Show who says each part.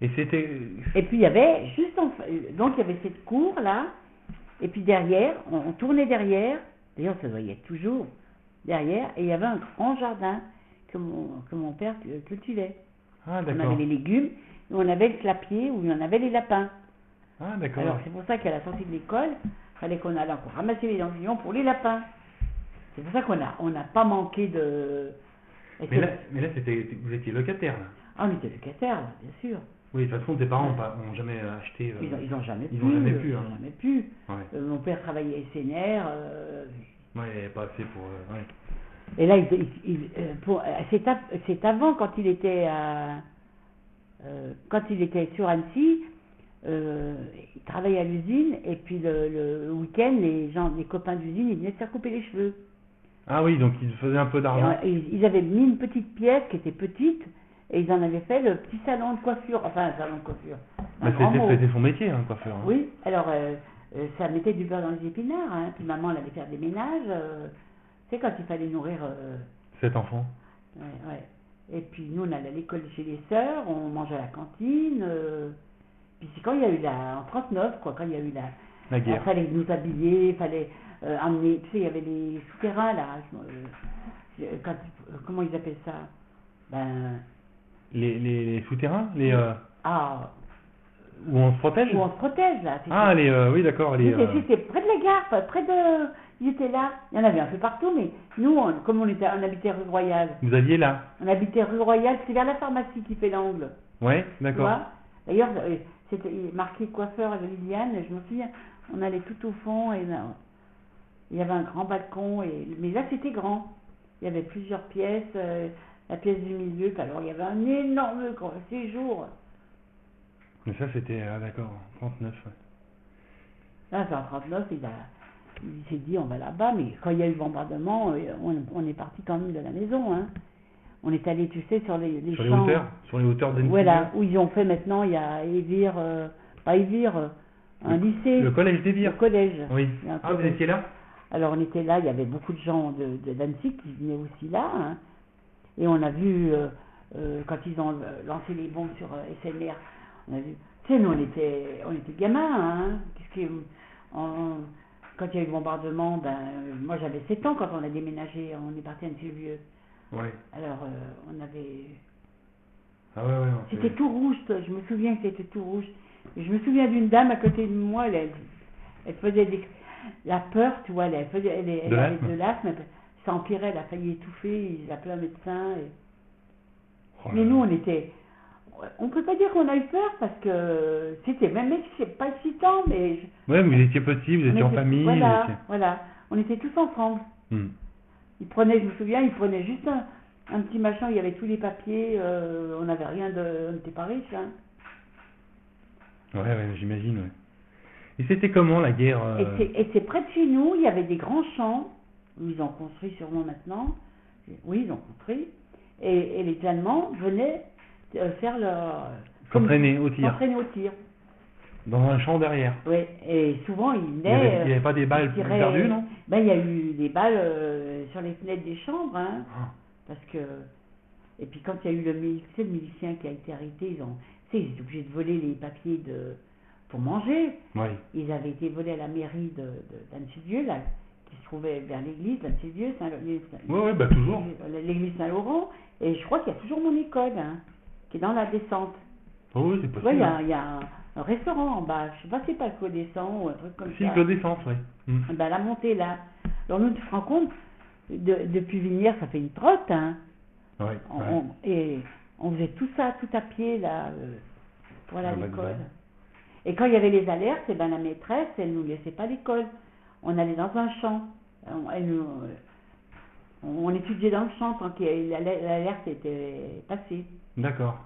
Speaker 1: Et c'était.
Speaker 2: Et puis il y avait juste en fa- donc il y avait cette cour là, et puis derrière, on, on tournait derrière, d'ailleurs ça doit y être toujours, derrière, et il y avait un grand jardin que mon, que mon père cu- cultivait.
Speaker 1: Ah,
Speaker 2: On
Speaker 1: d'accord.
Speaker 2: avait les légumes, et on avait le clapier, où on avait les lapins.
Speaker 1: Ah, d'accord.
Speaker 2: Alors c'est pour ça qu'à la sortie de l'école, il fallait qu'on allait encore ramasser les lampignons pour les lapins. C'est pour ça qu'on a on n'a pas manqué de... Et
Speaker 1: mais,
Speaker 2: c'est-
Speaker 1: là, mais là, c'était, vous étiez locataire, là.
Speaker 2: Ah, on était locataires, là, bien sûr.
Speaker 1: Oui, de toute façon, tes parents n'ont pas- ont jamais acheté. euh,
Speaker 2: Ils n'ont jamais,
Speaker 1: Ils
Speaker 2: pu,
Speaker 1: ont jamais
Speaker 2: euh,
Speaker 1: pu,
Speaker 2: ils
Speaker 1: hein.
Speaker 2: ont jamais pu.
Speaker 1: Ouais,
Speaker 2: Euh, mon père travaillait à SNR. euh,
Speaker 1: ouais, il n'y avait pas assez pour. euh, ouais.
Speaker 2: et là, il, il- il- euh, pour- euh, c'est, ap- c'est avant quand il était à- euh, quand il était sur Annecy. euh, il travaillait à l'usine et puis le, le week-end, les gens, les copains d'usine, ils venaient se faire couper les cheveux.
Speaker 1: Ah oui, donc ils faisaient un peu
Speaker 2: Et
Speaker 1: d'argent.
Speaker 2: on- et ils, ils avaient mis une petite pièce qui était petite et ils en avaient fait le petit salon de coiffure, enfin un salon de coiffure. Un
Speaker 1: Bah,
Speaker 2: grand
Speaker 1: c'était,
Speaker 2: mot.
Speaker 1: c'était son métier, hein, coiffeur. hein.
Speaker 2: Oui, alors euh, euh, ça mettait du beurre dans les épinards. Hein. Puis maman, elle allait faire des ménages. euh, tu sais, quand il fallait nourrir. euh,
Speaker 1: Cet enfant.
Speaker 2: ouais, ouais. Et puis nous, on allait à l'école chez les sœurs, on mangeait à la cantine. euh, puis c'est quand il y a eu la. En 39, quoi, quand il y a eu la.
Speaker 1: La
Speaker 2: Il
Speaker 1: guerre.
Speaker 2: fallait nous habiller, il fallait euh, amener. Tu sais, il y avait les souterrains, là. je- euh, quand- euh, comment ils appellent ça Ben.
Speaker 1: Les, les, les souterrains les, euh,
Speaker 2: Ah,
Speaker 1: Où on se protège
Speaker 2: où on se protège, là. c'était-
Speaker 1: Ah, les. euh, oui, d'accord. Les,
Speaker 2: C'était
Speaker 1: euh,
Speaker 2: c'était près de la gare, enfin, près de. Ils étaient là. Il y en avait un peu partout, mais nous, on- comme on, était, on habitait rue Royale,
Speaker 1: Vous aviez là
Speaker 2: on habitait rue Royale, c'est vers la pharmacie qui fait l'angle.
Speaker 1: Ouais,
Speaker 2: tu
Speaker 1: d'accord.
Speaker 2: vois. D'ailleurs, euh, c'était il est marqué coiffeur avec Liliane, je me souviens, on allait tout au fond et là, il y avait un grand balcon, et, mais là c'était grand. Il y avait plusieurs pièces, euh, la pièce du milieu, puis alors il y avait un énorme grand séjour.
Speaker 1: Mais ça, c'était. Ah, d'accord, 39. ouais.
Speaker 2: Là, c'est en 39, il, a- il s'est dit on va là-bas, mais quand il y a eu le bombardement, euh, on, on est parti quand même de la maison. Hein. On est allé, tu sais, sur les, les
Speaker 1: Sur les
Speaker 2: champs.
Speaker 1: hauteurs Sur les hauteurs d'Annecy
Speaker 2: Voilà, où ils ont fait maintenant, il y a Évire, euh, pas Évire, euh, un lycée,
Speaker 1: Le collège des
Speaker 2: un
Speaker 1: Vires.
Speaker 2: collège.
Speaker 1: Oui.
Speaker 2: Il y a un
Speaker 1: Ah, vous
Speaker 2: collège.
Speaker 1: étiez là
Speaker 2: Alors on était là, il y avait beaucoup de gens de, de d'Annecy qui venaient aussi là. hein. Et on a vu, euh, euh, quand ils ont euh, lancé les bombes sur euh, SNR, on a vu. Tu sais, nous on était, on était gamins. Hein. Qu'est-ce que- on- quand il y a eu le bombardement, ben, euh, moi j'avais 7 ans quand on a déménagé, on est parti à Annecy vieux.
Speaker 1: Ouais.
Speaker 2: Alors euh, on avait.
Speaker 1: Ah, ouais, ouais. on
Speaker 2: C'était
Speaker 1: fait-
Speaker 2: tout rouge, toi, je me souviens que c'était tout rouge. Et je me souviens d'une dame à côté de moi, elle, elle, elle faisait des- la peur, tu vois, elle, elle faisait, elle, elle
Speaker 1: De
Speaker 2: avait
Speaker 1: l'asthme.
Speaker 2: de l'asthème, elle- ça empirait, elle a failli étouffer, ils appelaient un médecin. et-
Speaker 1: Oh là
Speaker 2: Mais
Speaker 1: là.
Speaker 2: nous, on était. On peut pas dire qu'on a eu peur parce que c'était même c'est pas excitant, mais. je-
Speaker 1: Ouais, vous étiez petit, vous
Speaker 2: on
Speaker 1: étiez en
Speaker 2: était-
Speaker 1: famille. vous
Speaker 2: Voilà,
Speaker 1: étiez-
Speaker 2: voilà. On était tous ensemble.
Speaker 1: Hmm.
Speaker 2: Il prenait, je me souviens, il prenait juste un, un petit machin, il y avait tous les papiers, euh, on n'avait rien de. On n'était pas riches, hein.
Speaker 1: Ouais, ouais, j'imagine, ouais. Et c'était comment la guerre
Speaker 2: Et
Speaker 1: euh,
Speaker 2: c'est- Et c'est près de chez nous, il y avait des grands champs, où ils ont construit sûrement maintenant. Oui, ils ont construit. Et, et les Allemands venaient euh, faire leur.
Speaker 1: S'entraîner au tir,
Speaker 2: s'entraîner au tir.
Speaker 1: dans un champ derrière.
Speaker 2: Oui, et souvent ils
Speaker 1: Il n'y avait,
Speaker 2: venaient.
Speaker 1: il y
Speaker 2: euh,
Speaker 1: avait pas des balles
Speaker 2: ils tiraient-
Speaker 1: perdues, non
Speaker 2: Ben, il y a eu des balles euh, sur les fenêtres des chambres, hein,
Speaker 1: Ah,
Speaker 2: parce que. Et puis quand il y a eu le, mili- tu sais, le milicien qui a été arrêté, ils ont. Tu sais, ils étaient obligés de voler les papiers de... pour manger.
Speaker 1: Oui,
Speaker 2: Ils avaient été volés à la mairie de, de, d'Annecy-Dieu, là, qui se trouvait vers l'église d'Annecy-Dieu, Saint- l'église-
Speaker 1: ouais, ouais, bah toujours.
Speaker 2: l'église Saint-Laurent. Et je crois qu'il y a toujours mon école, hein, qui est dans la descente.
Speaker 1: Oh, oui, c'est
Speaker 2: Tu
Speaker 1: possible.
Speaker 2: vois, il y a,
Speaker 1: hein.
Speaker 2: il y a un, un restaurant en bas, je sais pas si c'est pas le Codescent ou un truc comme
Speaker 1: Si,
Speaker 2: ça.
Speaker 1: le descente, oui. Hmm.
Speaker 2: Eh Ben, la montée, là. Alors nous, tu te rends compte, de- depuis Vinière, ça fait une trotte, hein.
Speaker 1: Ouais,
Speaker 2: On-
Speaker 1: ouais.
Speaker 2: on- et on faisait tout ça, tout à pied, là, euh, pour aller
Speaker 1: Ah
Speaker 2: à
Speaker 1: bah,
Speaker 2: l'école.
Speaker 1: dis donc.
Speaker 2: Et quand il y avait les alertes, eh ben, la maîtresse, elle nous laissait pas à l'école. On allait dans un champ. On, elle nous- euh, on étudiait dans le champ tant que l'alerte était passée.
Speaker 1: D'accord.